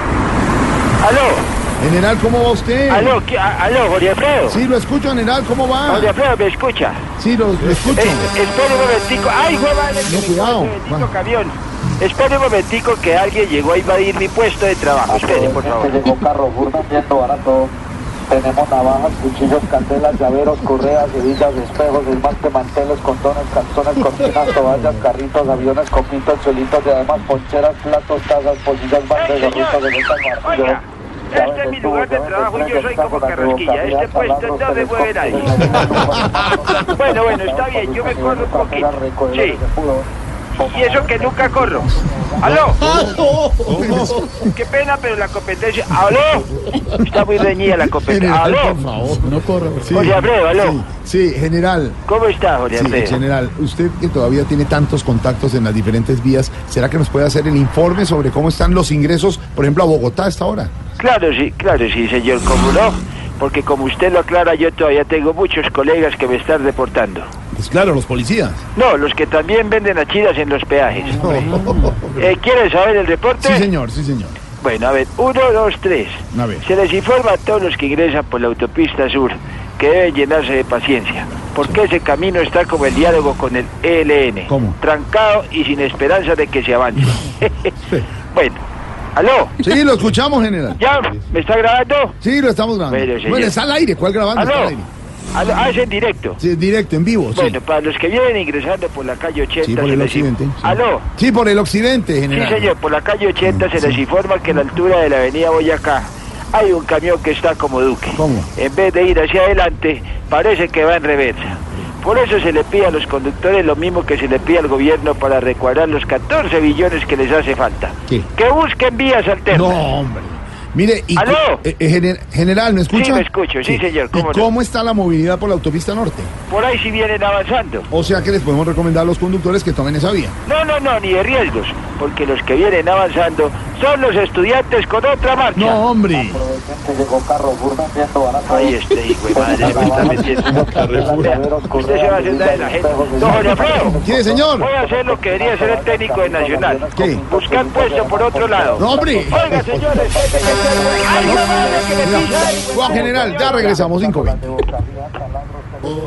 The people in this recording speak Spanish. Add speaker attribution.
Speaker 1: Aló,
Speaker 2: General, ¿cómo va usted?
Speaker 1: aló, ¿qué- a- aló, Jorge Alfredo.
Speaker 2: Sí, lo escucho, general, ¿cómo va?
Speaker 1: Jorge Alfredo, ¿me escucha?
Speaker 2: Sí, lo, lo escucho.
Speaker 1: Es- espere un momentico. Ay, güey, vale,
Speaker 2: No,
Speaker 1: que
Speaker 2: cuidado.
Speaker 1: me bendito
Speaker 2: Va.
Speaker 1: camión. Espere un momentico que alguien llegó a invadir mi puesto de trabajo. Espere, por favor.
Speaker 3: Llegó Carrefour vendiendo barato. Tenemos navajas, cuchillos, candelas, llaveros, correas, hebillas, espejos, esmalte, manteles, condones, calzones, cortinas, toallas, carritos, aviones, copitos, chulitos y además poncheras, platos, tazas, polillas, bandas,
Speaker 1: señor!
Speaker 3: gorritos, goletas, martillos.
Speaker 1: Oiga, este es mi lugar de trabajo y yo soy como Carrasquilla. Este puesto no me mueve nadie. Bueno, bueno, está bien, yo me corro un poquito. Sí. Y eso que nunca corro. ¡Aló! Qué pena, pero la competencia. ¡Aló! Está muy reñida la competencia.
Speaker 2: General,
Speaker 1: ¡Aló!
Speaker 2: por favor, no corra. Sí,
Speaker 1: Jorge Alfredo, aló.
Speaker 2: sí, sí, general.
Speaker 1: ¿Cómo está, Jorge
Speaker 2: Sí,
Speaker 1: Alfredo?
Speaker 2: general, usted que todavía tiene tantos contactos en las diferentes vías, ¿será que nos puede hacer el informe sobre cómo están los ingresos, por ejemplo, a Bogotá a esta hora?
Speaker 1: Claro, sí, claro, sí, señor, cómo no. Porque como usted lo aclara, yo todavía tengo muchos colegas que me están reportando.
Speaker 2: Pues claro, los policías.
Speaker 1: No, los que también venden achiras en los peajes. Eh, ¿Quieren saber el reporte?
Speaker 2: Sí, señor, sí, señor.
Speaker 1: Bueno, a ver, uno, dos, tres.
Speaker 2: A ver.
Speaker 1: Se les informa a todos los que ingresan por la autopista sur que deben llenarse de paciencia, porque ese camino está como el diálogo con el ELN.
Speaker 2: ¿Cómo?
Speaker 1: Trancado y sin esperanza de que se avance. bueno, aló,
Speaker 2: Sí, lo escuchamos, general.
Speaker 1: ¿ya? ¿Me está grabando?
Speaker 2: Sí, lo estamos grabando.
Speaker 1: Bueno, señor.
Speaker 2: está al aire, ¿cuál grabando? Está al
Speaker 1: ¿Aló?
Speaker 2: aire.
Speaker 1: ¿Aló? Ah, es en directo.
Speaker 2: Sí, directo, en vivo. sí.
Speaker 1: Bueno, para los que vienen ingresando por la calle 80...
Speaker 2: Sí, por
Speaker 1: se
Speaker 2: el
Speaker 1: les-
Speaker 2: occidente. sí.
Speaker 1: ¿Aló?
Speaker 2: Sí, por el occidente,
Speaker 1: Sí,
Speaker 2: general.
Speaker 1: señor, por la calle 80 se les informa que a la altura de la avenida Boyacá hay un camión que está como Duque.
Speaker 2: ¿Cómo?
Speaker 1: En vez de ir hacia adelante, parece que va en reversa. Por eso se le pide a los conductores lo mismo que se le pide al gobierno para recuadrar los 14 billones que les hace falta.
Speaker 2: ¿Qué?
Speaker 1: Que busquen vías
Speaker 2: No,
Speaker 1: alternas.
Speaker 2: hombre. Mire, y,
Speaker 1: ¿Aló?
Speaker 2: eh, eh, gener- general, ¿me escucha?
Speaker 1: Sí, me escucho, sí, señor,
Speaker 2: ¿Y
Speaker 1: cómo no.
Speaker 2: cómo está la movilidad por la autopista norte?
Speaker 1: Por ahí sí vienen avanzando.
Speaker 2: O sea que les podemos recomendar a los conductores que tomen esa vía.
Speaker 1: No, no, no, ni de riesgos, porque los que vienen avanzando son los estudiantes con otra marcha.
Speaker 2: No, hombre.
Speaker 3: Llegó Carrefour vendiendo barato.
Speaker 1: Ay, este hijo de madre, me está metiendo. Usted se va a sentar en la gente. No, Jorge Alfredo.
Speaker 2: ¿Quiere, señor?
Speaker 1: Voy a hacer lo que debería hacer el técnico de Nacional.
Speaker 2: ¿Qué?
Speaker 1: Buscar puesto por otro lado.
Speaker 2: No, hombre.
Speaker 1: Oiga, señores. este ¡Ay, hijo de madre, que me pisa! oh,
Speaker 2: Juan General, ya regresamos, 520.